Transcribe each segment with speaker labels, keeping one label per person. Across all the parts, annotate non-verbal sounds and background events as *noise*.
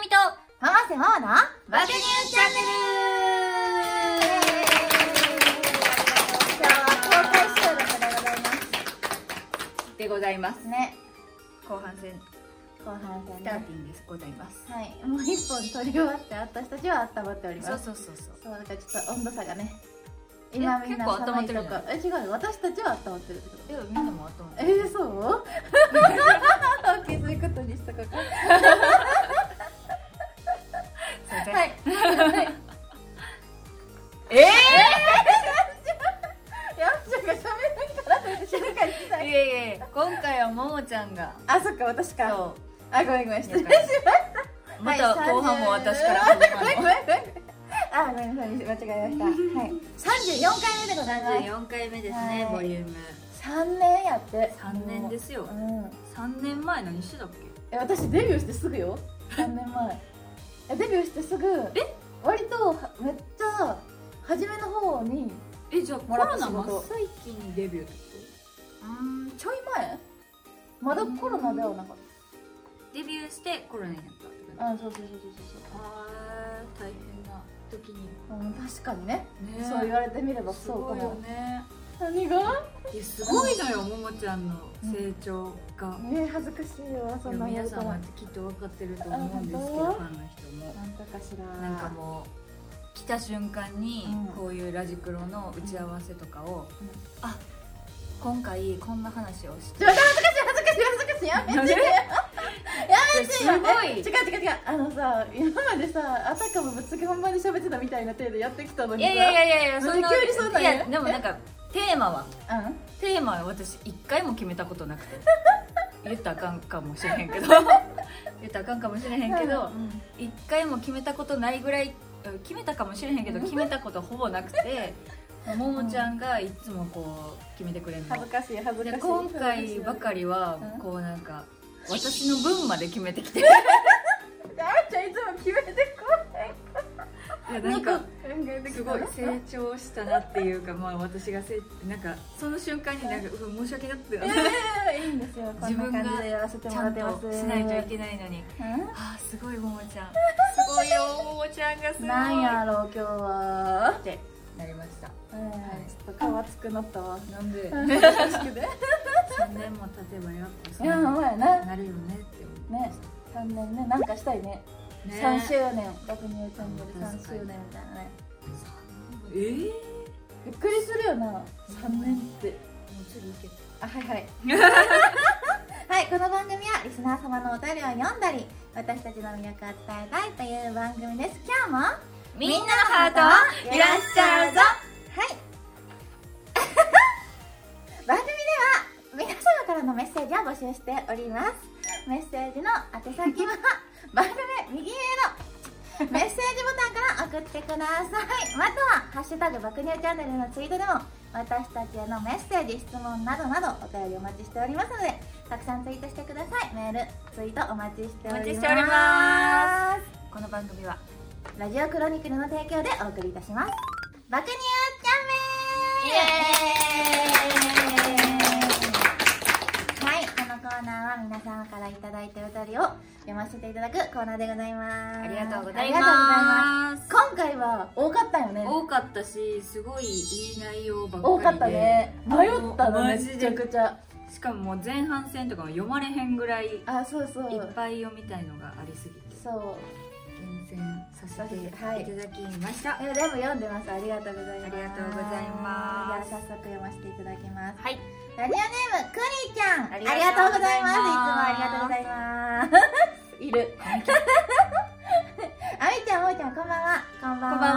Speaker 1: 浜瀬真央の
Speaker 2: 爆乳チャンネ
Speaker 1: 今日は公開収録でございます
Speaker 2: ルでございます
Speaker 1: ね
Speaker 2: 後半戦
Speaker 1: 後半戦
Speaker 2: スター
Speaker 1: ね
Speaker 2: ティンですございます
Speaker 1: はいもう一本撮り終わって私たちは温まっております
Speaker 2: そうそうそうそう
Speaker 1: そうだからちょっと温度差がね
Speaker 2: え
Speaker 1: 今みんな
Speaker 2: 結構温まってるじゃ
Speaker 1: 寒いとこえ違う私たちは温まってるってこと
Speaker 2: でもみんなも頭
Speaker 1: えー、そう
Speaker 2: *laughs*
Speaker 1: *laughs* OK そういうことにしとこうか
Speaker 2: すいません *laughs*
Speaker 1: はいはい
Speaker 2: え
Speaker 1: ヤッシーが喋るからといって静かにした
Speaker 2: え
Speaker 1: い
Speaker 2: いえいえ今回はももちゃんが
Speaker 1: あそっか私か
Speaker 2: そ
Speaker 1: あごめんごめん失礼しました
Speaker 2: うまた
Speaker 1: はい
Speaker 2: 後半も私から
Speaker 1: あ
Speaker 2: 始
Speaker 1: ごめんご
Speaker 2: ま
Speaker 1: めんごめんあごめんなさい間違えましたはい34回目でござ
Speaker 2: る
Speaker 1: いま
Speaker 2: 4回目ですね、
Speaker 1: はい
Speaker 2: ボリューム
Speaker 1: す3年やって
Speaker 2: 3年ですよ
Speaker 1: うん
Speaker 2: 3年前何してたっ
Speaker 1: え私デビューしてすぐよ3年前えデビューしてすぐえ割とはめっちゃ初めの方に
Speaker 2: けえじゃあコ
Speaker 1: もらっ
Speaker 2: ロ
Speaker 1: た
Speaker 2: ナ
Speaker 1: 仕事
Speaker 2: 真っ最近にデビューってことうん
Speaker 1: ちょい前まだコロナではなかっ
Speaker 2: デビューしてコロナになったってこと
Speaker 1: たうんそうそうそうそうそ
Speaker 2: あー大変な時に
Speaker 1: ううん確かにね
Speaker 2: ね
Speaker 1: そう言われてみれば
Speaker 2: す
Speaker 1: そうか
Speaker 2: ごいよ
Speaker 1: も
Speaker 2: ね
Speaker 1: 何が
Speaker 2: いやすごいのよももちゃんの成長が、
Speaker 1: ね恥ずかしいわそんな
Speaker 2: 皆
Speaker 1: 言う
Speaker 2: さ
Speaker 1: と
Speaker 2: ん
Speaker 1: も
Speaker 2: はきっと分かってると思うんですけど
Speaker 1: あ
Speaker 2: フ
Speaker 1: 本当
Speaker 2: ァンの人も
Speaker 1: なんとかしら
Speaker 2: なんかもう来た瞬間に
Speaker 1: うん
Speaker 2: こういうラジクロの打ち合わせとかを、
Speaker 1: うん
Speaker 2: あ今回こんな話をし
Speaker 1: ち
Speaker 2: て
Speaker 1: ょ恥ずかしい恥ずかしい恥ずかし
Speaker 2: *laughs*
Speaker 1: いやめて
Speaker 2: やめて
Speaker 1: す
Speaker 2: すごい
Speaker 1: 違う違う違うあのさ今までさあたかもぶっつけ本番で喋ってたみたいな程度やってきたの
Speaker 2: い
Speaker 1: にさ
Speaker 2: やいやいやいやいや
Speaker 1: なんで
Speaker 2: そんな
Speaker 1: 急にそんなん
Speaker 2: い
Speaker 1: 言う
Speaker 2: やでもなんかテーマは
Speaker 1: うん
Speaker 2: テーマは私一回も決めたことなく
Speaker 1: *laughs*
Speaker 2: て言ったらあかんかもしれへんけど言ったらあかんかもしれへんけど
Speaker 1: うん
Speaker 2: 一回も決めたことないぐらいうん決めたかもしれへんけど決めたことほぼなく
Speaker 1: *laughs*
Speaker 2: てももちゃんがいつもこう決めてくれるの
Speaker 1: 恥ずかしい恥ず
Speaker 2: で
Speaker 1: かしい
Speaker 2: 今回ばかりは
Speaker 1: うん
Speaker 2: こうなんか私の分まで決めてき
Speaker 1: *laughs*
Speaker 2: て
Speaker 1: あーちゃんいつも決めてこ
Speaker 2: なんか
Speaker 1: ない
Speaker 2: すごい成長したなっていうかまあ私がせなんかその瞬間になんかうわ申し訳なって
Speaker 1: いいんですよこ
Speaker 2: *laughs* 自
Speaker 1: ん
Speaker 2: 分が
Speaker 1: な感じでやらせて
Speaker 2: ち
Speaker 1: も
Speaker 2: ゃ
Speaker 1: らっ
Speaker 2: ん
Speaker 1: てます
Speaker 2: としないといけないのにあーすごいももちゃんすごいよももちゃんがす
Speaker 1: う
Speaker 2: ご
Speaker 1: ん
Speaker 2: い
Speaker 1: なんやろう今日は
Speaker 2: ってなりました
Speaker 1: うんちょっと皮熱くなった *laughs* わ
Speaker 2: なんで
Speaker 1: 恥ずかしく
Speaker 2: *laughs*
Speaker 1: て
Speaker 2: 3年も経てばやっぱ
Speaker 1: いやほんまやな
Speaker 2: なるよねって思いま
Speaker 1: ね
Speaker 2: し
Speaker 1: 3年ねなんかしたいね
Speaker 2: たね
Speaker 1: 3周年爆乳チャンネル3周年みたいなね
Speaker 2: えー、も
Speaker 1: びっくりするよな3年って
Speaker 2: うちょっといけ
Speaker 1: あはいはい *laughs* はいこの番組はリスナー様のお便りを読んだり私たちの魅力を伝えたいという番組です今日も
Speaker 2: みんなのハートいらっしゃるぞ
Speaker 1: はい *laughs* 番組では皆様からのメッセージを募集しておりますメッセージの宛先
Speaker 2: *laughs*
Speaker 1: は番組右上のメッセージボタンから送ってくださいまたは「ハッシュタグ爆乳チャンネル」のツイートでも私たちへのメッセージ質問などなどお便りお待ちしておりますのでたくさんツイートしてくださいメールツイートお待ちしております
Speaker 2: お待ちしておりまこの番組は
Speaker 1: ラジオクロニクルの提供でお送りいたします爆乳
Speaker 2: イ
Speaker 1: チャンネルはいこのコーナーは皆さんからいただいたお便りを読ませていただくコーナーでございます
Speaker 2: ありがとうございます
Speaker 1: ありがとうございます今回は多かったよね
Speaker 2: 多かったしすごいいい内容ばっかりで
Speaker 1: 多かったね迷ったの
Speaker 2: もう
Speaker 1: め
Speaker 2: マジ
Speaker 1: ちゃ
Speaker 2: で
Speaker 1: くちゃ
Speaker 2: しかももう前半戦とかも読まれへんぐらいいっ
Speaker 1: あそうそう
Speaker 2: ぱい読みたいのがありすぎて
Speaker 1: そう
Speaker 2: 厳選させていただきました
Speaker 1: えでも読んでますありがとうございます
Speaker 2: ありがとうございます
Speaker 1: じゃあ早速読ませていただきます
Speaker 2: はい
Speaker 1: ラジオネームくりちゃん
Speaker 2: あ
Speaker 1: あ
Speaker 2: り
Speaker 1: り
Speaker 2: が
Speaker 1: が
Speaker 2: と
Speaker 1: と
Speaker 2: うご
Speaker 1: うご
Speaker 2: ざ
Speaker 1: ざ
Speaker 2: い
Speaker 1: い
Speaker 2: ま
Speaker 1: ますすいつもありがとうございますい *laughs* るあみちゃんもーちゃんこんばんはこんば
Speaker 2: こんばんは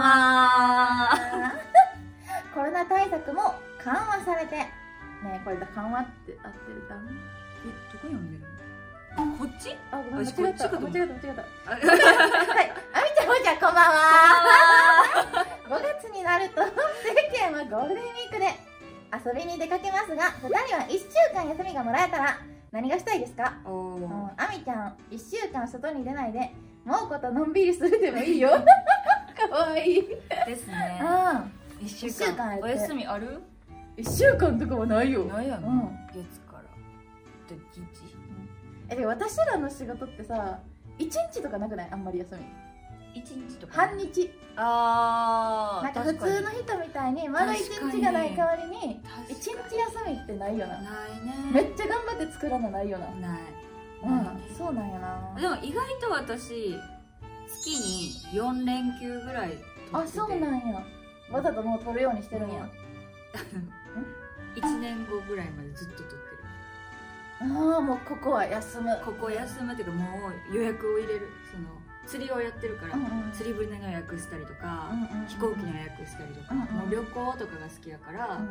Speaker 1: は *laughs* コロナ対策も緩和されてねえこれ緩和って合ってるかな
Speaker 2: えどこ読んでるのこっち
Speaker 1: あごめん
Speaker 2: 私
Speaker 1: 間違っ
Speaker 2: こ
Speaker 1: た
Speaker 2: っちかと
Speaker 1: 間
Speaker 2: 思う
Speaker 1: 違った間違った
Speaker 2: あ
Speaker 1: はい、あみちゃん、もーちゃん、こんばんは。5月になると、世間はゴールデンウィークで遊びに出かけますが、2人は1週間休みがもらえたら、何がしたいですか、
Speaker 2: お
Speaker 1: う
Speaker 2: ー
Speaker 1: ん、あみちゃん、1週間外に出ないで、もうことのんびりするでもいいよ。 *laughs* かわいい。うん。
Speaker 2: ですね一
Speaker 1: 一週間やって
Speaker 2: お休みある
Speaker 1: 1週間とかはないよ
Speaker 2: ないや
Speaker 1: うん
Speaker 2: な、月から土日
Speaker 1: え、で私らの仕事ってさ、1日とかなくないあんまり休み。
Speaker 2: 一日とか
Speaker 1: 半日
Speaker 2: ああ
Speaker 1: なんか普通の人みたいに丸一日がない代わりに一日休みってないよな
Speaker 2: ないね
Speaker 1: めっちゃ頑張って作らなないよな
Speaker 2: ない
Speaker 1: うんそうなんやな
Speaker 2: でも意外と私月に4連休ぐらい
Speaker 1: あそうなんんやわざともう取るようにしてるんや
Speaker 2: 1年後ぐらいまでずっと取ってる
Speaker 1: ああもうここは休む
Speaker 2: ここ休むっていうかもう予約を入れるその釣りをやってるから、
Speaker 1: うんうん
Speaker 2: 釣り船の予約したりとか、
Speaker 1: うんうん
Speaker 2: 飛行機の予約したりとか、
Speaker 1: うんうん
Speaker 2: もう旅行とかが好きやから、
Speaker 1: う
Speaker 2: も
Speaker 1: んう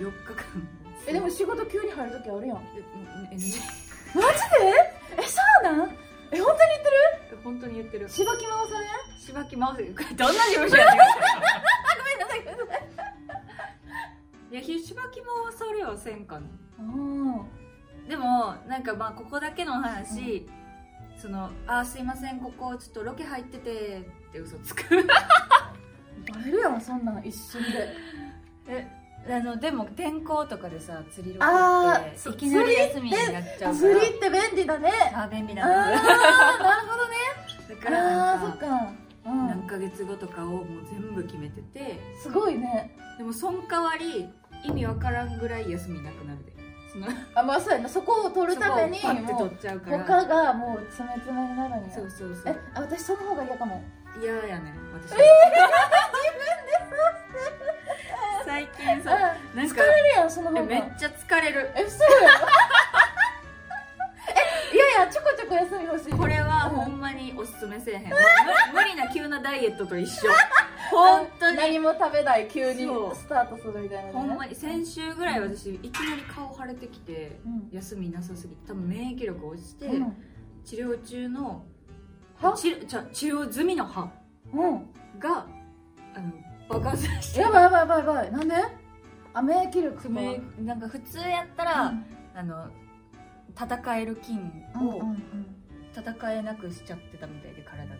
Speaker 1: ん
Speaker 2: う4日間
Speaker 1: えでも仕事急に入るときあるやん
Speaker 2: えうんうん NG
Speaker 1: えそうなんえ本当に
Speaker 2: 本当に言ってる
Speaker 1: しばき回されん
Speaker 2: しばきませこれどんな事務所や
Speaker 1: *laughs*
Speaker 2: ね
Speaker 1: ごめんなさいごめんなさい
Speaker 2: んいやひしばきもそれはせんかな
Speaker 1: うん
Speaker 2: でもなんかまあここだけの話、その「あーすいませんここちょっとロケ入ってて」って嘘つく
Speaker 1: バレるやんそんなん一瞬で
Speaker 2: えあのでも天候とかでさ釣りロ
Speaker 1: あ
Speaker 2: ケ
Speaker 1: ー
Speaker 2: って
Speaker 1: そ
Speaker 2: いきなり休みになっちゃうか
Speaker 1: 釣
Speaker 2: ら
Speaker 1: りって便利だね
Speaker 2: あー便利
Speaker 1: あ
Speaker 2: な
Speaker 1: あ
Speaker 2: んだ
Speaker 1: ーなるほどね
Speaker 2: だから
Speaker 1: ああ
Speaker 2: な
Speaker 1: ーそっ
Speaker 2: んか
Speaker 1: かう
Speaker 2: 何
Speaker 1: ん
Speaker 2: ヶ月後とかをもう全部決めてて
Speaker 1: すごいね
Speaker 2: でもその代わり意味わからんぐらい休みなくなるでその
Speaker 1: あまあそうやなそこを取るために
Speaker 2: そこをパッて
Speaker 1: も
Speaker 2: 取
Speaker 1: う
Speaker 2: っちゃうから
Speaker 1: 他がもう詰め詰めになるんや
Speaker 2: そうそうそう
Speaker 1: えあ私その方が嫌かも
Speaker 2: 嫌やねん私、 *laughs* 最近
Speaker 1: うん
Speaker 2: そう
Speaker 1: 疲
Speaker 2: なんか
Speaker 1: れるやんその方
Speaker 2: え
Speaker 1: が
Speaker 2: めっちゃ疲れる
Speaker 1: えそうやえいやいやちょこちょこ休み欲しい
Speaker 2: これはほんまにおすすめせえ
Speaker 1: *laughs*
Speaker 2: へん、もう無無理な急なダイエットと一緒本当に
Speaker 1: 何も食べない急に
Speaker 2: そう
Speaker 1: スタートするみたいなね
Speaker 2: ほんまに先週ぐらい私いきなり顔腫れてきて
Speaker 1: うん
Speaker 2: 休みなさすぎて多分免疫力落ちて、
Speaker 1: うん
Speaker 2: 治療中の
Speaker 1: は
Speaker 2: 治療じゃ治療済みの歯
Speaker 1: うん
Speaker 2: があの爆発して
Speaker 1: やばいやばいやばいやばいなんであ免疫力
Speaker 2: 免疫なんか普通やったら、あの戦える菌
Speaker 1: うんうん
Speaker 2: を
Speaker 1: うん
Speaker 2: 戦えなくしちゃってたみたいで体が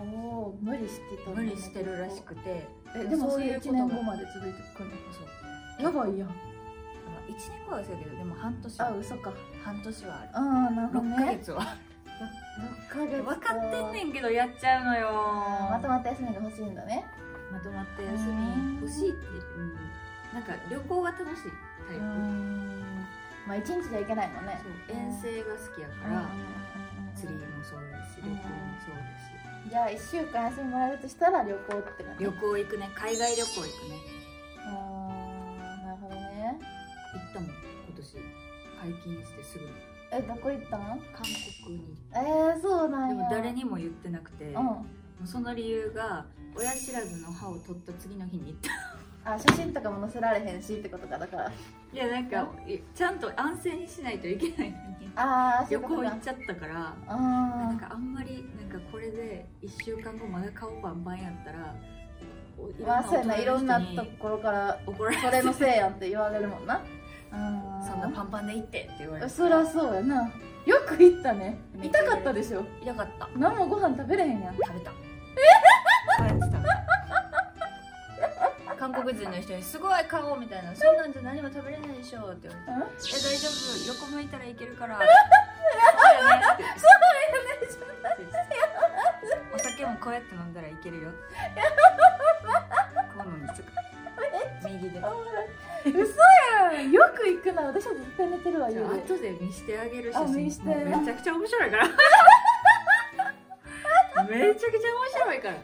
Speaker 1: うんおー無理してた
Speaker 2: 無理してるらしくて
Speaker 1: えでも
Speaker 2: そ
Speaker 1: そうう
Speaker 2: い
Speaker 1: いうう
Speaker 2: こと
Speaker 1: 1年後まで続いてくる
Speaker 2: そう
Speaker 1: のやばいやん
Speaker 2: まあ1年後はそうやけどでも半年は
Speaker 1: あ嘘か
Speaker 2: 半年はある
Speaker 1: ああなるほど
Speaker 2: 6ヶ
Speaker 1: ね
Speaker 2: 月は
Speaker 1: 6ヶ月
Speaker 2: 分かってんね
Speaker 1: ん
Speaker 2: んけどやっちゃうのよ
Speaker 1: まとまった休みが欲しいんだね
Speaker 2: まとまった休み欲しいって、うん、なんか旅行が楽しいタ
Speaker 1: う
Speaker 2: イ
Speaker 1: ー
Speaker 2: プ、
Speaker 1: んまあ1日じゃいけないもんね
Speaker 2: そう遠征が好きやか
Speaker 1: うんうん
Speaker 2: ら、
Speaker 1: うんうん
Speaker 2: 釣りもそうだし旅行もそうだ
Speaker 1: じゃあ1週間休みもらえるとしたら旅行って感
Speaker 2: し
Speaker 1: じ
Speaker 2: 旅行行くね海外旅行行くね
Speaker 1: あーなるほどね
Speaker 2: 行ったもん今年解禁してすぐに
Speaker 1: えどこ行ったん
Speaker 2: 韓国に
Speaker 1: えー、そうな
Speaker 2: で
Speaker 1: んや
Speaker 2: も誰にも言ってなくて、
Speaker 1: うん
Speaker 2: もうその理由が親知らずの歯を取った次の日に行った
Speaker 1: あ写真とかも載せられへんしってことかだから
Speaker 2: *laughs* いやなんかいちゃんと安静にしないといけないのに
Speaker 1: ああ
Speaker 2: 旅行行
Speaker 1: あ
Speaker 2: っちゃったからなん
Speaker 1: あ
Speaker 2: かあんまりなんかこれで1週間後まだ顔バンバンやったらおい
Speaker 1: ーまあそうやないろんなところから
Speaker 2: 怒られる
Speaker 1: それのせいやんって言われるもんなあー
Speaker 2: そんなパンパンで行ってって言われて
Speaker 1: そらそうやなよく行ったね
Speaker 2: めっちゃ
Speaker 1: 痛かったでしょ
Speaker 2: 痛かった
Speaker 1: 何もご飯食べれへんやん
Speaker 2: 食べ *laughs* たえっ韓国人の人に「すごい顔」みたいな「そんなんじゃ何も食べれないでしょ」って言われてえ大丈夫横向いたらいける
Speaker 1: *laughs*
Speaker 2: からそうよねってお酒もこうやって飲んだらいけるよってこう飲んで右で
Speaker 1: 嘘やんよく行くな私は絶対寝てるわ
Speaker 2: じ
Speaker 1: 家
Speaker 2: ゃ
Speaker 1: で
Speaker 2: あ後で見してあげる
Speaker 1: あ
Speaker 2: 写真
Speaker 1: 見して
Speaker 2: もうめちゃくちゃ面白い
Speaker 1: *laughs*
Speaker 2: からめちゃくちゃ面白いから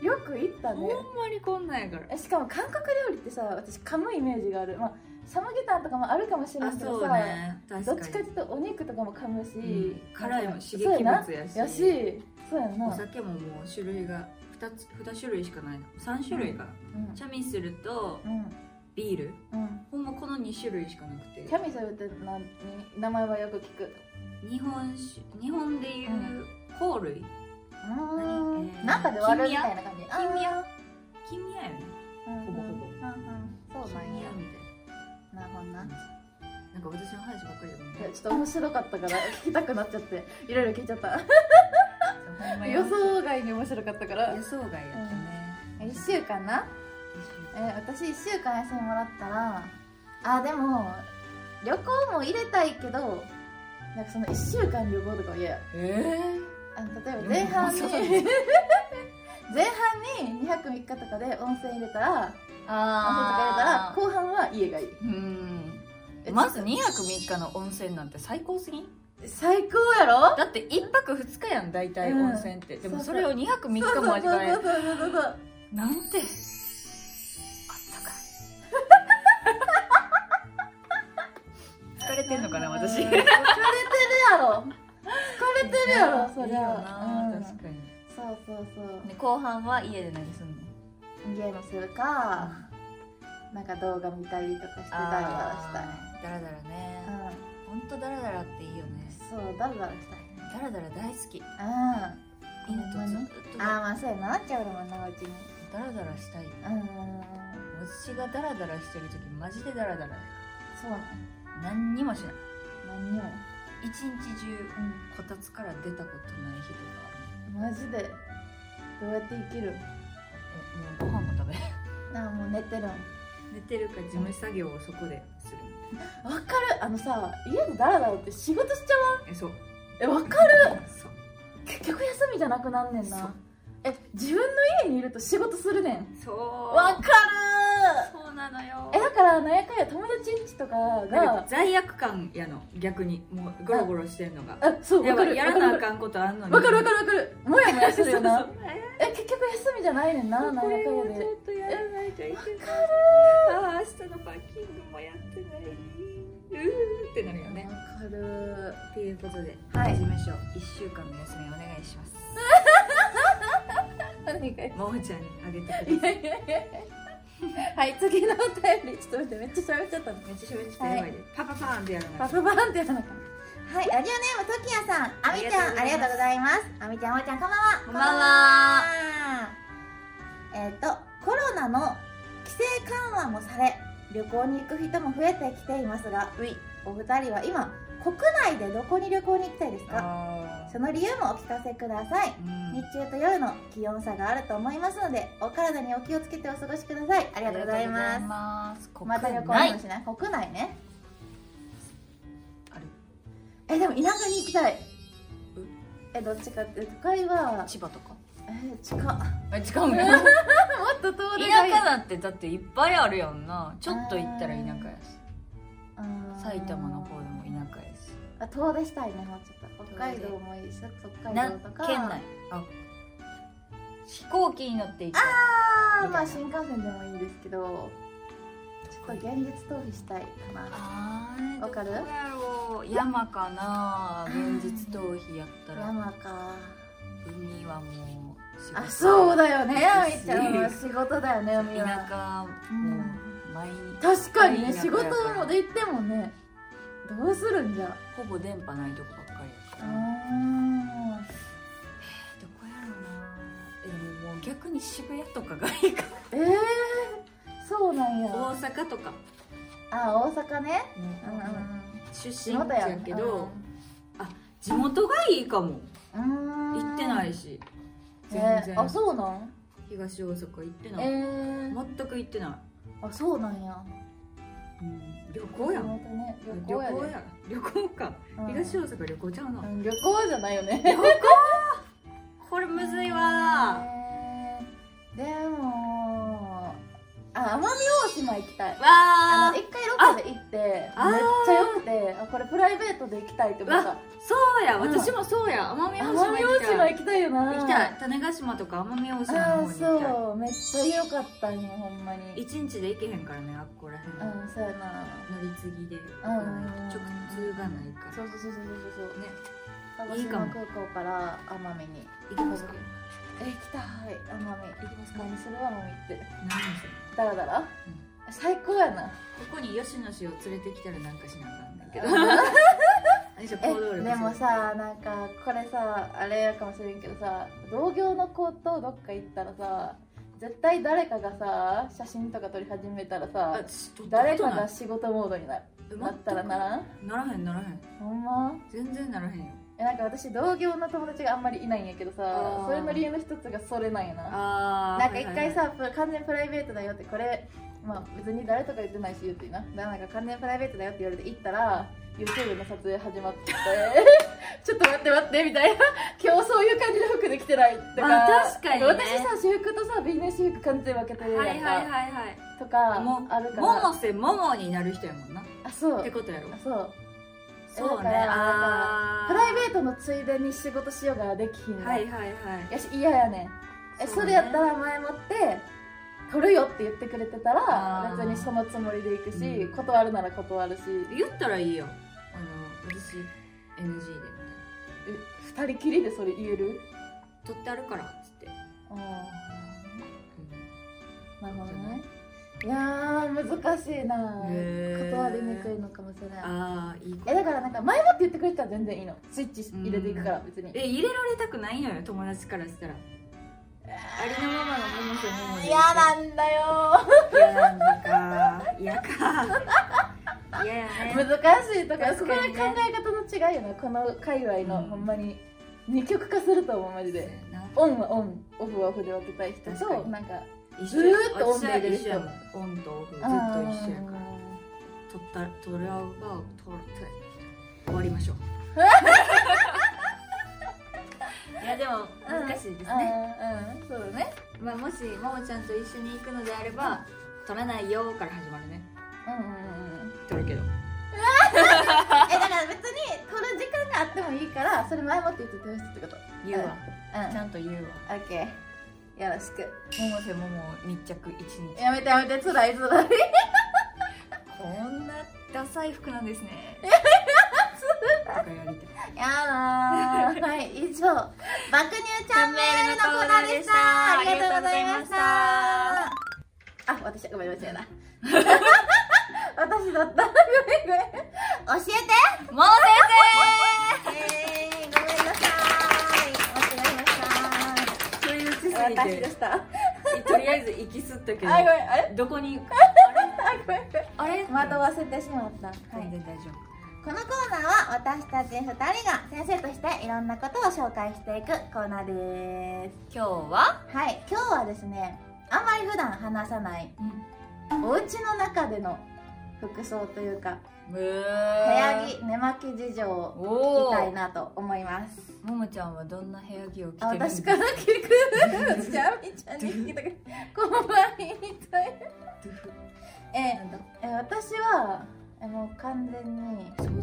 Speaker 1: よく行ったね
Speaker 2: ほんまにこんなんやから
Speaker 1: えしかも韓国料理ってさ私噛むイメージがある、まあ、サムゲタンとかもあるかもしれな
Speaker 2: あ
Speaker 1: いけ
Speaker 2: そ
Speaker 1: ど
Speaker 2: う
Speaker 1: さ、
Speaker 2: ね
Speaker 1: どっ
Speaker 2: 確
Speaker 1: ち
Speaker 2: か
Speaker 1: か
Speaker 2: に
Speaker 1: というとお肉とかも噛むし、
Speaker 2: うん辛いもん刺激
Speaker 1: そうやな
Speaker 2: 物やし
Speaker 1: やしそうやんな
Speaker 2: お酒ももう種類が2つ2種類しかないの3種類かな
Speaker 1: うん
Speaker 2: チャミスルと
Speaker 1: うん
Speaker 2: ビール
Speaker 1: うん
Speaker 2: ほんまこの2種類しかなくて
Speaker 1: キャミソルってな名前はよく聞く
Speaker 2: 日本酒日本でいううん香類何えー
Speaker 1: なんかで割るみたいな感じ
Speaker 2: 金宮
Speaker 1: あ
Speaker 2: 金宮やね
Speaker 1: ーうんうん
Speaker 2: ほぼほぼ
Speaker 1: うんうんそうなん
Speaker 2: 金
Speaker 1: や
Speaker 2: 宮み
Speaker 1: なるほど
Speaker 2: た
Speaker 1: ない
Speaker 2: ななんか私の話ばっかりだもん
Speaker 1: いや
Speaker 2: ね
Speaker 1: ちょっと面白かったから聞きたくなっちゃっていろいろ聞いちゃった
Speaker 2: ほんま
Speaker 1: 予
Speaker 2: よ
Speaker 1: 想外に面白かったから
Speaker 2: 予想外やったね
Speaker 1: 1週間なえー私1週間休みもらったらあでも旅行も入れたいけどなんかその1週間旅行とかは嫌や
Speaker 2: え
Speaker 1: あの例えば前半に
Speaker 2: いやもうそう
Speaker 1: 前 *laughs* 前半に2泊3日とかで温泉入れたら温泉とか入れたら
Speaker 2: あ
Speaker 1: 後半は家がいい
Speaker 2: ーうん
Speaker 1: え
Speaker 2: まず2泊3日の温泉なんて最高すぎん
Speaker 1: 最高やろ
Speaker 2: だって1泊2日やん大体温泉って、でもそれを2泊3日も味わえ
Speaker 1: そうそうそうそうそうそう
Speaker 2: なんてあったかい *laughs* 疲れてんのかな私
Speaker 1: うん疲れてるやろ疲れてるやろそり
Speaker 2: いいよ
Speaker 1: ゃ
Speaker 2: な
Speaker 1: うん
Speaker 2: 確かに
Speaker 1: そうそうそう
Speaker 2: で後半は家で何すんの
Speaker 1: ゲームするかなんか動画見たりとかしてダラダラ
Speaker 2: あーダラダラね
Speaker 1: したい
Speaker 2: 本当ダラダラっていいよね
Speaker 1: うんそうダラダラしたいね
Speaker 2: ダラダラ大好き
Speaker 1: う
Speaker 2: 犬とずっと
Speaker 1: んあーまあそうやなっちゃうもんなうちに
Speaker 2: ダラダラしたい
Speaker 1: うん
Speaker 2: 私がダラダラしてる時マジでダラダラ
Speaker 1: そうね
Speaker 2: 何にもしない
Speaker 1: 何にも
Speaker 2: 一日中
Speaker 1: う
Speaker 2: こたつから出たことない日とかある
Speaker 1: んマジでどうやって生きる
Speaker 2: えもうご飯も食べ
Speaker 1: なあもう寝てるんわ
Speaker 2: 寝てるか事務作業をそこでする
Speaker 1: かるあのさ家でダラダラって仕事しちゃう
Speaker 2: えそう
Speaker 1: えわかる
Speaker 2: そう
Speaker 1: 結局休みじゃなくなんねん
Speaker 2: そう
Speaker 1: なえ自分の家にいると仕事するねん
Speaker 2: そう
Speaker 1: わかる
Speaker 2: そうなのよ
Speaker 1: えだから何やかんや友達んちとか
Speaker 3: なんか
Speaker 1: が
Speaker 3: 罪悪感やの逆にもうゴロゴロしてんのが
Speaker 1: あそう
Speaker 3: や
Speaker 1: わ
Speaker 3: ばい
Speaker 1: かる
Speaker 3: やらなあかんことあんのに
Speaker 1: わかるわかるわかるもやもやするよ
Speaker 3: そう
Speaker 1: な
Speaker 3: そう
Speaker 1: え結局休みじゃないねんな何やかんやで
Speaker 3: とやらないといけないあー明日のパッキングもやってないうーってなるよね
Speaker 1: かる
Speaker 3: っていうことで
Speaker 1: はい
Speaker 3: 事務所1週間の休みお願いします
Speaker 1: お願い
Speaker 3: ももちゃんにあげてください
Speaker 1: いやいやいや *laughs* はい次のお便りちょっと待ってめっちゃ喋っちゃったの
Speaker 3: めっちゃ喋ってたやばいでパパパーンってやらな
Speaker 1: パ
Speaker 3: い
Speaker 1: パパーンってやったのかはいラジオネームときやさんあみちゃ
Speaker 3: あ
Speaker 1: んあり
Speaker 3: り
Speaker 1: が
Speaker 3: がと
Speaker 1: とう
Speaker 3: う
Speaker 1: ご
Speaker 3: ご
Speaker 1: ざいますあみちゃんおーちゃんこんばんは
Speaker 2: こんばん
Speaker 1: あ
Speaker 2: は
Speaker 1: ーえっ、とコロナの規制緩和もされ旅行に行く人も増えてきていますが
Speaker 2: うい
Speaker 1: お二人は今国内でどこに旅行に行きたいですか
Speaker 2: あ
Speaker 1: その理由もお聞かせください日中と夜の気温差があると思いますのでお体にお気をつけてお過ごしくださいありがとうございます
Speaker 2: ます国
Speaker 1: また旅行も
Speaker 2: 内
Speaker 1: しない国内ね
Speaker 2: ある
Speaker 1: えでも田舎に行きたい
Speaker 2: うん
Speaker 1: えどっちかって都会は
Speaker 2: 千葉とか
Speaker 1: え近っ *laughs* もっ
Speaker 2: え違うんだよ
Speaker 1: と遠出が
Speaker 2: 田
Speaker 1: いい
Speaker 2: 舎だってだっていっぱいあるやんなちょっと行ったら田舎やし
Speaker 1: うん
Speaker 2: 埼玉の方でも田舎やし
Speaker 1: あ遠出したいねもうちょっと北海道もいいし北
Speaker 2: な
Speaker 1: 海道とか
Speaker 2: 県内あ飛行機に乗って行く
Speaker 1: ああ
Speaker 2: みたい
Speaker 1: まあ
Speaker 2: な
Speaker 1: 新幹線でもいいんですけどちょっと現実逃避したいかな
Speaker 2: あー
Speaker 1: わかる
Speaker 2: どこやろう山かな現実逃避やったら
Speaker 1: 山か
Speaker 2: 海はもう仕事
Speaker 1: あそうだよねあ
Speaker 2: 行くし
Speaker 1: みちゃんは仕事だよね海
Speaker 2: 田
Speaker 1: は
Speaker 2: 舎もう毎日
Speaker 1: 確かに
Speaker 2: いい
Speaker 1: ね
Speaker 2: 田舎
Speaker 1: 仕
Speaker 2: やか
Speaker 1: 事
Speaker 2: ら
Speaker 1: もで行ってもねどうするんじゃ
Speaker 2: ほぼ電波ないとこばっかりや
Speaker 1: う
Speaker 2: から
Speaker 1: ん
Speaker 2: どこやろうなえでももう逆に渋谷とかがいいか
Speaker 1: えー、そうなんや
Speaker 3: 大阪とか
Speaker 1: あ大阪ねうんうん
Speaker 3: 出
Speaker 1: 地
Speaker 3: 身
Speaker 1: 元や
Speaker 3: 地
Speaker 1: ん
Speaker 3: やけど地元がいいかも
Speaker 1: うん
Speaker 3: 行ってないいし全
Speaker 1: ね
Speaker 3: 然
Speaker 1: あそうなん
Speaker 3: 東大阪行って
Speaker 1: え
Speaker 3: ない
Speaker 1: ー、
Speaker 3: 全く行ってない
Speaker 1: あそうなんや
Speaker 3: うん旅行や
Speaker 1: 意外
Speaker 3: ん
Speaker 1: とね旅
Speaker 3: 旅
Speaker 1: 行
Speaker 3: 行
Speaker 1: やで
Speaker 3: や旅行か
Speaker 1: うん
Speaker 3: 東大阪旅行ちゃうな
Speaker 1: うん旅行じゃないよね
Speaker 3: これむずいわ
Speaker 1: えーでもあ奄美大島行きたい
Speaker 3: ーわ
Speaker 1: あの
Speaker 3: ー
Speaker 1: 一回ロケで行ってめっ
Speaker 3: あー
Speaker 1: ちゃよくてあこれプライベートで行きたいって思った
Speaker 3: そうや
Speaker 1: うん
Speaker 3: 私もそうや奄美大島
Speaker 1: 奄美
Speaker 3: 行
Speaker 1: 大
Speaker 3: き
Speaker 1: 島
Speaker 3: たい
Speaker 1: 行きたいよな
Speaker 3: 行きたい種子島とか奄美大島
Speaker 1: あ
Speaker 3: の方
Speaker 1: あ
Speaker 3: に行きたい
Speaker 1: そうめっちゃ良かったねほんまに
Speaker 3: 一日で行けへんからねあっこらへん
Speaker 1: うんそうやな
Speaker 3: 乗り継ぎで
Speaker 1: ん
Speaker 3: 直通がないから
Speaker 1: そうそうそうそうそうそう
Speaker 3: ね
Speaker 1: 鹿
Speaker 3: いい
Speaker 1: 児
Speaker 3: か
Speaker 1: 島
Speaker 3: も
Speaker 1: 空港から奄美に
Speaker 3: 行きますか
Speaker 1: え行きたい奄美
Speaker 3: 行きますか
Speaker 1: 何する奄美って
Speaker 3: 何する
Speaker 1: ダラダラ最高や *laughs* な
Speaker 3: ここに吉野氏を連れてきたらなんかしなあかんねんけど
Speaker 1: え
Speaker 3: じ *laughs* ゃあ行動力
Speaker 1: でもさなんかこれさあれやかもしれんけどさ同業の子とどっか行ったらさ絶対誰かがさ写真とか撮り始めたらさ誰
Speaker 3: 誰か
Speaker 1: かが
Speaker 3: が
Speaker 1: 仕事モードになるなったらならん
Speaker 3: ならへんならへん
Speaker 1: ほんま
Speaker 3: 全然ならへんよ
Speaker 1: えなんか私同業の友達があんまりいないんやけどさ
Speaker 3: あー
Speaker 1: それの理由の一つがそれなんやな
Speaker 3: あ
Speaker 1: なんか一回さ、プロ完全プライベートだよってこれまあ別に誰とか言ってないし言っていいなだからなんか完全プライベートだよって言われて行ったら YouTube の撮影始まって
Speaker 2: *laughs*
Speaker 1: ちょっと待って待ってみたいな今日そういう感じの服で来てないとか、
Speaker 2: まあ確かにね
Speaker 1: 私さ私服とさビジネス私服完全に分けてるやんか、
Speaker 2: はいはいはいはい
Speaker 1: とか
Speaker 2: も
Speaker 1: あるから
Speaker 2: 桃瀬桃になる人やもんなっ
Speaker 1: あそう
Speaker 2: てことやろ
Speaker 1: あそう
Speaker 2: そうね
Speaker 1: だから
Speaker 2: あ
Speaker 1: プライベートのついでに仕事しようができひん
Speaker 2: ー
Speaker 1: の、
Speaker 2: はいはいはい
Speaker 1: やし嫌やねんえそ,、
Speaker 2: そうね
Speaker 1: れやったら前もって取るよって言ってくれてたら
Speaker 2: あー
Speaker 1: 別にそのつもりでいくし、
Speaker 2: うん
Speaker 1: 断るなら断るし
Speaker 2: 言ったらいいよあの私 NG で
Speaker 1: え二人きりでそれ言える
Speaker 2: 取ってあるからっつって、
Speaker 1: ああなるほどねいやー難しいな
Speaker 2: へー
Speaker 1: 断りにくいのかもしれない
Speaker 2: ああいいこ
Speaker 1: えだからなんか前もって言ってくれたら全然いいのスイッチ入れていくから別に
Speaker 2: え入れられたくないのよ友達からしたらありのままの桃瀬桃で
Speaker 1: 嫌な
Speaker 2: 嫌な
Speaker 1: んだよ
Speaker 2: んだか嫌か嫌やね
Speaker 1: 難しいとかそ
Speaker 2: 確
Speaker 1: こは
Speaker 2: か
Speaker 1: 考
Speaker 2: にね
Speaker 1: え方の違いよなこの界隈の、
Speaker 2: うん
Speaker 1: ほんまに二極化すると思うマジで
Speaker 2: そうやな
Speaker 1: オンはオンオフはオフで分けたい人
Speaker 2: 確か
Speaker 1: と
Speaker 2: に
Speaker 1: なんか
Speaker 2: 一
Speaker 1: ずーっとオンで
Speaker 2: 緒や
Speaker 1: 入れる人
Speaker 2: 一緒やもんオンとオフずっと一緒やから取った取れ合うば取る取れ終わり
Speaker 1: *laughs*
Speaker 2: ましょういやでも難しいですね、
Speaker 1: ねうんそうだね
Speaker 2: まあ、もしももちゃんと一緒に行くのであれば取らないよから始まるね
Speaker 1: うんうんうんうん
Speaker 2: 取るけど
Speaker 1: えだから別に取る時間があってもいいからそれ前もって言ってほしいってこと
Speaker 2: 言うわ
Speaker 1: うん
Speaker 2: ちゃんと言うわ
Speaker 1: OK よろしく
Speaker 2: 百瀬もも密着一日
Speaker 1: やめてやめてつらいつらい
Speaker 2: こんなダサい服なんですねとかやりたい
Speaker 1: やだーはい以上爆乳チャンネルのコーナーでしたあ
Speaker 2: あ
Speaker 1: り
Speaker 2: り
Speaker 1: が
Speaker 2: が
Speaker 1: と
Speaker 2: とうご
Speaker 1: うござ
Speaker 2: ざ
Speaker 1: い
Speaker 2: い
Speaker 1: ま
Speaker 2: ま
Speaker 1: し
Speaker 2: したた
Speaker 1: あ私ごめんなさい *laughs* な私だったごめんごめん教えて
Speaker 2: もも
Speaker 1: えー、ごめんなさい間違
Speaker 2: 先生取
Speaker 1: え
Speaker 2: り打ちすぎ
Speaker 1: ました私で
Speaker 2: て
Speaker 1: したあ
Speaker 2: とりあえず息吸ったけ
Speaker 1: ご
Speaker 2: ど
Speaker 1: めんあれ
Speaker 2: どこに
Speaker 1: あごめん
Speaker 2: あれ
Speaker 1: まとわせてしまった、
Speaker 2: 全然大丈夫
Speaker 1: このコーナーは私たち2人が先生としていろんなことを紹介していくコーナーで
Speaker 2: 今日は、
Speaker 1: すはい今日はですねあんまり普段話さないお家の中での服装というか
Speaker 2: 部
Speaker 1: 部
Speaker 2: 屋
Speaker 1: 屋着寝巻き事情を聞
Speaker 2: お
Speaker 1: き
Speaker 2: お
Speaker 1: たいなと思います
Speaker 2: ももちゃんはどんな部屋着を着て
Speaker 1: あ
Speaker 2: るんで
Speaker 1: 私
Speaker 2: す
Speaker 1: か
Speaker 2: から
Speaker 1: 聞く私あみちゃんに聞いたからこの前みたいなえ
Speaker 2: なんだ
Speaker 1: え私はえもう完全に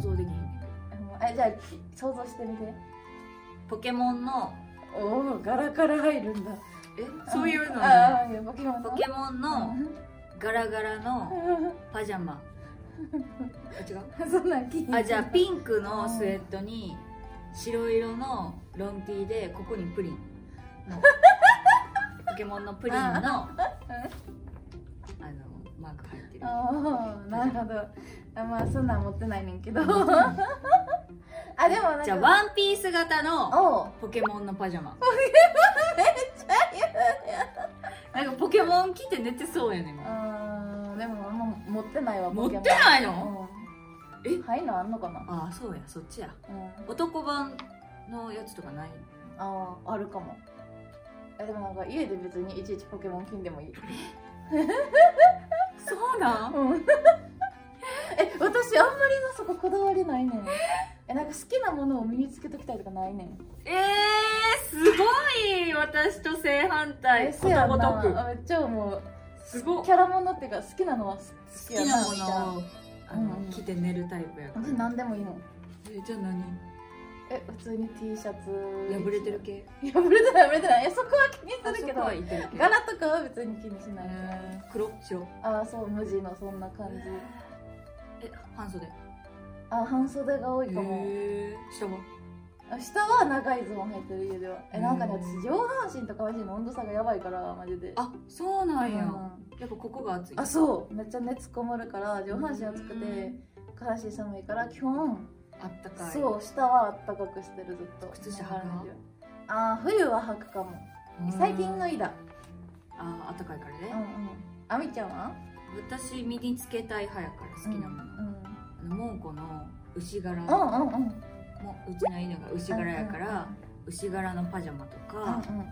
Speaker 2: 想像できへんねんけど
Speaker 1: えもうえじゃあ想像してみて
Speaker 2: ポケモンの
Speaker 1: おお柄から入るんだ
Speaker 2: えそういうの
Speaker 1: あ
Speaker 2: ね
Speaker 1: あいやポケモン
Speaker 2: ポケモンのガラガラの
Speaker 1: モ
Speaker 2: パジャマあ違う
Speaker 1: ン *laughs* そんなん聞いて
Speaker 2: あじゃあピンクのスウェットに白色のロン T でここにプリンのポケモンのプリンのあのマーク入ってる
Speaker 1: ああなるほどあまあそんなん持ってないね
Speaker 2: *laughs*
Speaker 1: んけどあでもなんか
Speaker 2: じゃあワンピース型の
Speaker 1: おう
Speaker 2: ポケモンのパジャマなんかポケモン着て寝てそうやねん
Speaker 1: あーでももう持ってないわ
Speaker 2: 持ってないの
Speaker 1: うん
Speaker 2: え
Speaker 1: 入るのあんのかな
Speaker 2: ああそうやそっちや
Speaker 1: うん
Speaker 2: 男版のやつとかない
Speaker 1: あああるかもえでもなんか家で別にいちいちポケモン金で *laughs* もいい
Speaker 2: そうなん
Speaker 1: うんえ私あんまりなそここだわりないねんえなんか好きなものを身につけときたいとかないねん
Speaker 2: えー、すごい私と正反対
Speaker 1: えせや
Speaker 2: ことごとく
Speaker 1: なあめっちゃもう
Speaker 2: すごっ
Speaker 1: キャラものっていうか好きなのは好
Speaker 2: 好
Speaker 1: きや
Speaker 2: き
Speaker 1: な
Speaker 2: なものをあの、
Speaker 1: うん
Speaker 2: 着て寝るタイプやから
Speaker 1: 私何でもいいの
Speaker 2: えじゃあ何
Speaker 1: え普通に T シャツ
Speaker 2: 破れてる系
Speaker 1: 破れてない破れてないえそこは気にするけど
Speaker 2: あそこはいてる系
Speaker 1: 柄とかは別に気にしない、
Speaker 2: えー黒白
Speaker 1: ああそう無地のそんな感じ
Speaker 2: え半袖
Speaker 1: あー半袖が多いかも、
Speaker 2: えー、下は
Speaker 1: あ下は長いズボン履いてる家ではえなんかね
Speaker 2: うん
Speaker 1: 私上半身と下半身の温度差がやばいからマジで
Speaker 2: あそうなんや、
Speaker 1: うん
Speaker 2: やっぱここが暑い
Speaker 1: あそうめっちゃ熱こもるから上半身暑く
Speaker 2: う
Speaker 1: て
Speaker 2: ん
Speaker 1: 下半身寒いから基本
Speaker 2: あったかい
Speaker 1: そう下はあったかくしてるずっと
Speaker 2: 靴下履くの
Speaker 1: あー冬は履くかも
Speaker 2: うん
Speaker 1: 最近脱いだ
Speaker 2: ああったかいからね
Speaker 1: うんう、んあみちゃんは
Speaker 2: 私身につけたい派やから好きなもの、
Speaker 1: う
Speaker 2: あの猛虎の牛柄
Speaker 1: んうん
Speaker 2: も
Speaker 1: うんうんうん
Speaker 2: ううちの犬が牛柄やから牛柄のパジャマと
Speaker 1: うんうん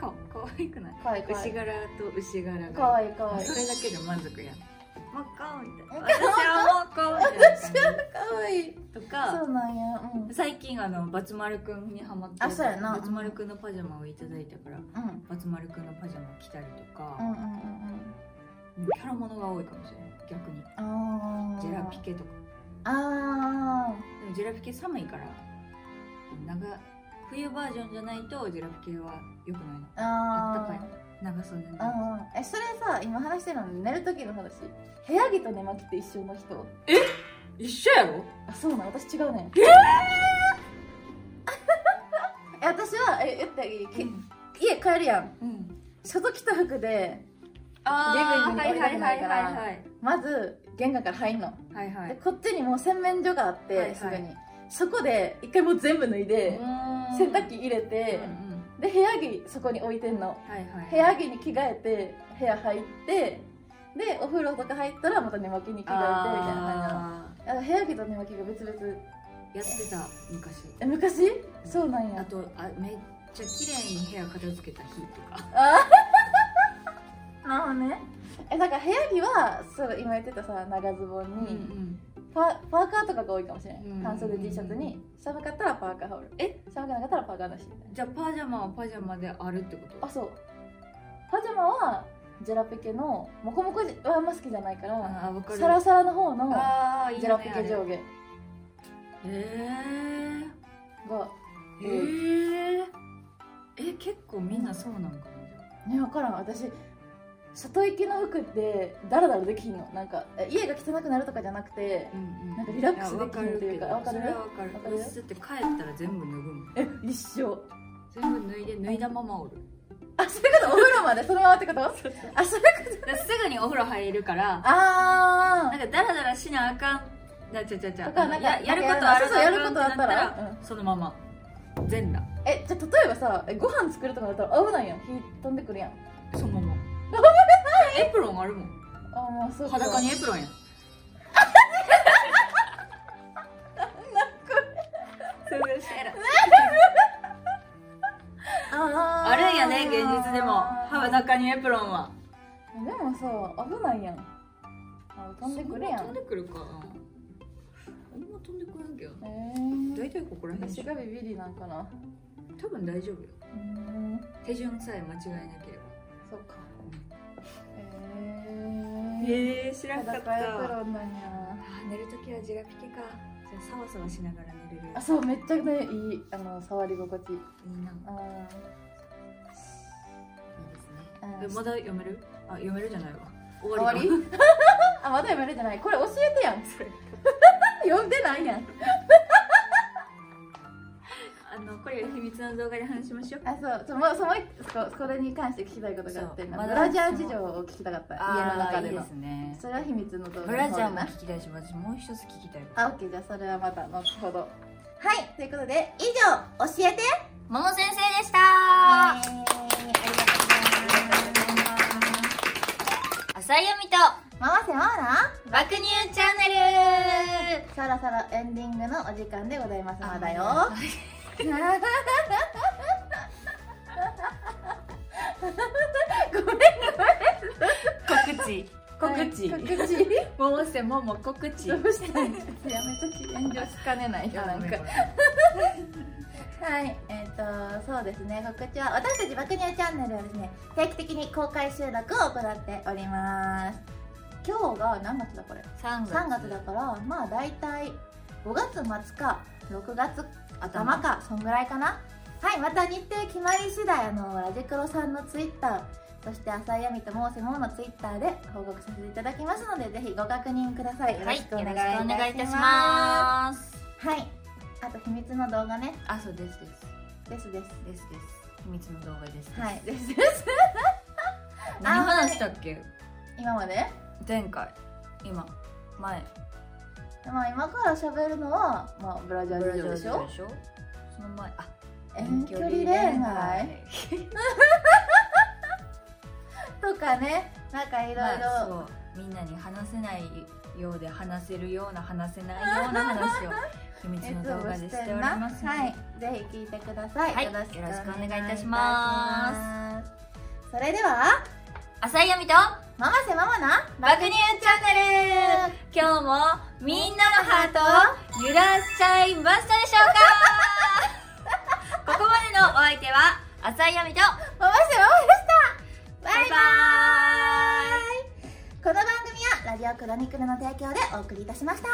Speaker 2: かかかわいくない
Speaker 1: かわいいかわい
Speaker 2: 牛
Speaker 1: い
Speaker 2: 柄と牛柄が
Speaker 1: かわいいかわいい
Speaker 2: それだけで満足やん
Speaker 3: もっこみたいな私はもっこみたいな感
Speaker 1: かわいい
Speaker 3: じと
Speaker 1: そ
Speaker 3: か
Speaker 1: うなんやうん
Speaker 2: 最近あのバツ丸くんにハマって
Speaker 1: あそうやな
Speaker 2: バツ丸くんのパジャマをいただいたから
Speaker 1: うん
Speaker 2: バツ丸くんのパジャマを着たりとか
Speaker 1: うんう、んうん
Speaker 2: キャラものが多いかもしれない逆に
Speaker 1: うんあー
Speaker 2: ジェラピケとか
Speaker 1: あ
Speaker 2: でもジェラピケ寒いから長冬バージョンじゃないとジェラピケは良くないの
Speaker 1: ーあ
Speaker 2: あ
Speaker 1: ー
Speaker 2: ったかい長袖の
Speaker 1: うんえそれさ今話してるの寝る時の話部屋着と寝巻きって一緒の人
Speaker 2: 一緒やろ
Speaker 1: あそうなの私違うねえ私は *laughs* え言ったらいいけ家帰るやん
Speaker 2: うん
Speaker 1: 外着た服で
Speaker 2: ああは
Speaker 1: リ
Speaker 2: い
Speaker 1: ビングに
Speaker 2: は
Speaker 1: 置いて
Speaker 2: い
Speaker 1: な
Speaker 2: はい
Speaker 1: い
Speaker 2: は
Speaker 1: か
Speaker 2: い
Speaker 1: ら
Speaker 2: はい
Speaker 1: まず玄関から入んの、
Speaker 2: はいは
Speaker 1: で
Speaker 2: い
Speaker 1: こっちにもう洗面所があって、
Speaker 2: はいはい
Speaker 1: すぐにそこで一回もう全部脱いで、洗濯
Speaker 2: 機
Speaker 1: 機入れて
Speaker 2: うん、うん
Speaker 1: で部屋着そこに置いてんの
Speaker 2: はいはい
Speaker 1: 部屋着に着替えて部屋入ってでお風呂とか入ったらまた寝巻きに着替えてみたいな
Speaker 2: あ
Speaker 1: 感じなのあ部屋着と寝巻きが別々
Speaker 2: ーやってた昔
Speaker 1: え昔そうなんや
Speaker 2: あとあめっちゃ綺麗に部屋片付けた日とか
Speaker 1: なるほどねえだから部屋着はそう今言ってたさ長ズボンに、パパーカーとかが多いかもしれない、
Speaker 2: うん
Speaker 1: 半袖 T シャツに寒かったらパーカー羽織る
Speaker 2: え
Speaker 1: 寒くなかったらパーカーなしみたいな
Speaker 2: じゃあパジャマはパジャマであるってこと
Speaker 1: あそうパジャマはジェラピケのモコモコはあんま好きじゃないか
Speaker 2: あ
Speaker 1: ら
Speaker 2: ーわかる
Speaker 1: サラサラの方の
Speaker 2: あーいい
Speaker 1: ジェ
Speaker 2: よ
Speaker 1: ラ
Speaker 2: ね
Speaker 1: ピケ上下
Speaker 2: あれえ
Speaker 1: が
Speaker 2: ー、えー、え結構みんなそうなんか
Speaker 1: ね分からん私外行きの服ってダラダラできひんのなんかえ家が汚くなるとかじゃなくて
Speaker 2: な、うんうん、
Speaker 1: なんかリラックスできるっていうか
Speaker 2: やわかる
Speaker 1: わか
Speaker 2: けどそれ
Speaker 1: る
Speaker 2: はわかる
Speaker 1: わかる
Speaker 2: 私だって帰ったら全部脱ぐもん
Speaker 1: え一緒
Speaker 2: 全部脱いで脱いだままおる
Speaker 1: あそういうことお風呂までそのままってことあそういうこと
Speaker 2: だからすぐにお風呂入るから
Speaker 1: あ
Speaker 2: な
Speaker 1: あ
Speaker 2: んかダラダラしなあかんだちゃちゃちゃ
Speaker 1: とかなんか
Speaker 2: ややることある
Speaker 1: そうそうやることあったら
Speaker 2: そのまま全裸
Speaker 1: えじゃあ例えばさえご飯作るとかだったら危ないやん火飛んでくるやん
Speaker 2: そのまま
Speaker 1: *laughs*
Speaker 2: エプロンあるもん
Speaker 1: あーまあそうか
Speaker 2: 裸にエプ
Speaker 1: *laughs*
Speaker 2: ロンやん *laughs*
Speaker 3: じしてる
Speaker 1: あー
Speaker 2: あるんやね現実でも裸にエプロンは
Speaker 1: でもさ危ないやんあ飛んでくるや
Speaker 2: そな飛ん
Speaker 1: ん
Speaker 2: でくるかなあんま飛んでくるんけど
Speaker 1: え
Speaker 2: 大
Speaker 1: ー、
Speaker 2: 体ここら辺でし
Speaker 1: 私
Speaker 2: ょ
Speaker 1: がビビりなんかな
Speaker 2: 多分大丈夫よ
Speaker 1: うーん
Speaker 2: 手順さえ間違えなければ
Speaker 1: そうかえー、
Speaker 3: えー、知らなかっ
Speaker 1: 裸エプ
Speaker 3: た
Speaker 1: ロンなんや
Speaker 2: あ寝るときはジェラピケかじゃあサワサワしながら寝れる
Speaker 1: あそうめっちゃねいいあの触り心地いい
Speaker 2: いいな
Speaker 1: あー
Speaker 2: いいですね
Speaker 1: うん
Speaker 2: えまだ読めるあ読めるじゃないわ終
Speaker 1: 終
Speaker 2: わ
Speaker 1: わ
Speaker 2: り
Speaker 1: り *laughs* あまだ読めるじゃないこれ教えてやん *laughs* 読んでないやん
Speaker 2: あのこれ秘密の動画で話しましょう
Speaker 1: あそうそもうそもう一個そこれに関して聞きたいことがあって
Speaker 2: そう
Speaker 1: ブ
Speaker 2: まだ
Speaker 1: ラジャー事情を聞きたかった家の中での
Speaker 2: すね
Speaker 1: それは秘密の動画
Speaker 2: ブラジャー
Speaker 1: の方
Speaker 2: も
Speaker 1: でな
Speaker 2: 聞きたいし私もう一つ聞きたい
Speaker 1: あオッケーじゃあそれはまた後ほどはいということで以上教えて
Speaker 2: もも先生でした
Speaker 1: あ
Speaker 2: あ
Speaker 1: りがとうございます
Speaker 2: 浅井由美と
Speaker 1: ママセママ
Speaker 2: 爆乳チャンネル
Speaker 1: のそろそろエンディングのお時間でございますまだよ
Speaker 2: あ
Speaker 1: ごめん
Speaker 2: 告知告知
Speaker 1: はい告知
Speaker 2: ももせもも告知
Speaker 1: どうしたんちょっとやめとき炎上しかねないよなんかはい、えっ、と、そうですね、告知は、私たち爆乳チャンネルはですね、定期的に公開収録を行っております。今日が何月だこれ
Speaker 2: 3
Speaker 1: ?3 月だから、まあ大体5月末か6月頭か、そんぐらいかな。はい、また日程決まり次第、あの、ラジクロさんのツイッター、そして浅井亜美とモーセモーのツイッターで報告させていただきますので、ぜひご確認ください。よろ
Speaker 2: はい
Speaker 1: し
Speaker 2: よ
Speaker 1: くお願いい
Speaker 2: ろしくお願いい
Speaker 1: た
Speaker 2: た
Speaker 1: し
Speaker 2: し
Speaker 1: ま
Speaker 2: ます
Speaker 1: す。はい、あと秘密の動画ね、
Speaker 2: あそうですです
Speaker 1: ですです。
Speaker 2: ですです秘密の動画ですです
Speaker 1: はい、ですです。 *laughs*
Speaker 2: 何話したっけ
Speaker 1: 今まで
Speaker 2: 前回今前
Speaker 1: まあ今から喋るのは、まあ、ブラジャー事情でしょ
Speaker 2: その前あ
Speaker 1: 遠距離恋愛とかねなんかいろいろ、
Speaker 2: まあそうみんなに話せないようで話せるような話せないような話を秘密
Speaker 1: い
Speaker 2: の
Speaker 1: つ
Speaker 2: 動
Speaker 1: も
Speaker 2: 画
Speaker 1: し
Speaker 2: でしてており
Speaker 1: んな
Speaker 2: ます
Speaker 1: *laughs*
Speaker 2: ので
Speaker 1: はいぜひ聞いてください、
Speaker 2: はい
Speaker 1: よろしくお
Speaker 2: よろしくお
Speaker 1: 願
Speaker 2: 願
Speaker 1: い
Speaker 2: い
Speaker 1: い
Speaker 2: い
Speaker 1: た
Speaker 2: た
Speaker 1: し
Speaker 2: し
Speaker 1: ま
Speaker 2: ます
Speaker 1: それでは
Speaker 2: 浅井亜美と
Speaker 1: ママせママな
Speaker 2: 爆乳チャンネル今日もみんなのハートを揺らしちゃいましたでしょ *laughs* うかここまでのお相手は浅井亜美と
Speaker 1: ママせママでしたバイバ
Speaker 2: バ
Speaker 1: イ
Speaker 2: イバーイ
Speaker 1: この番組はラジオクロニクルの提供でお送りいたしました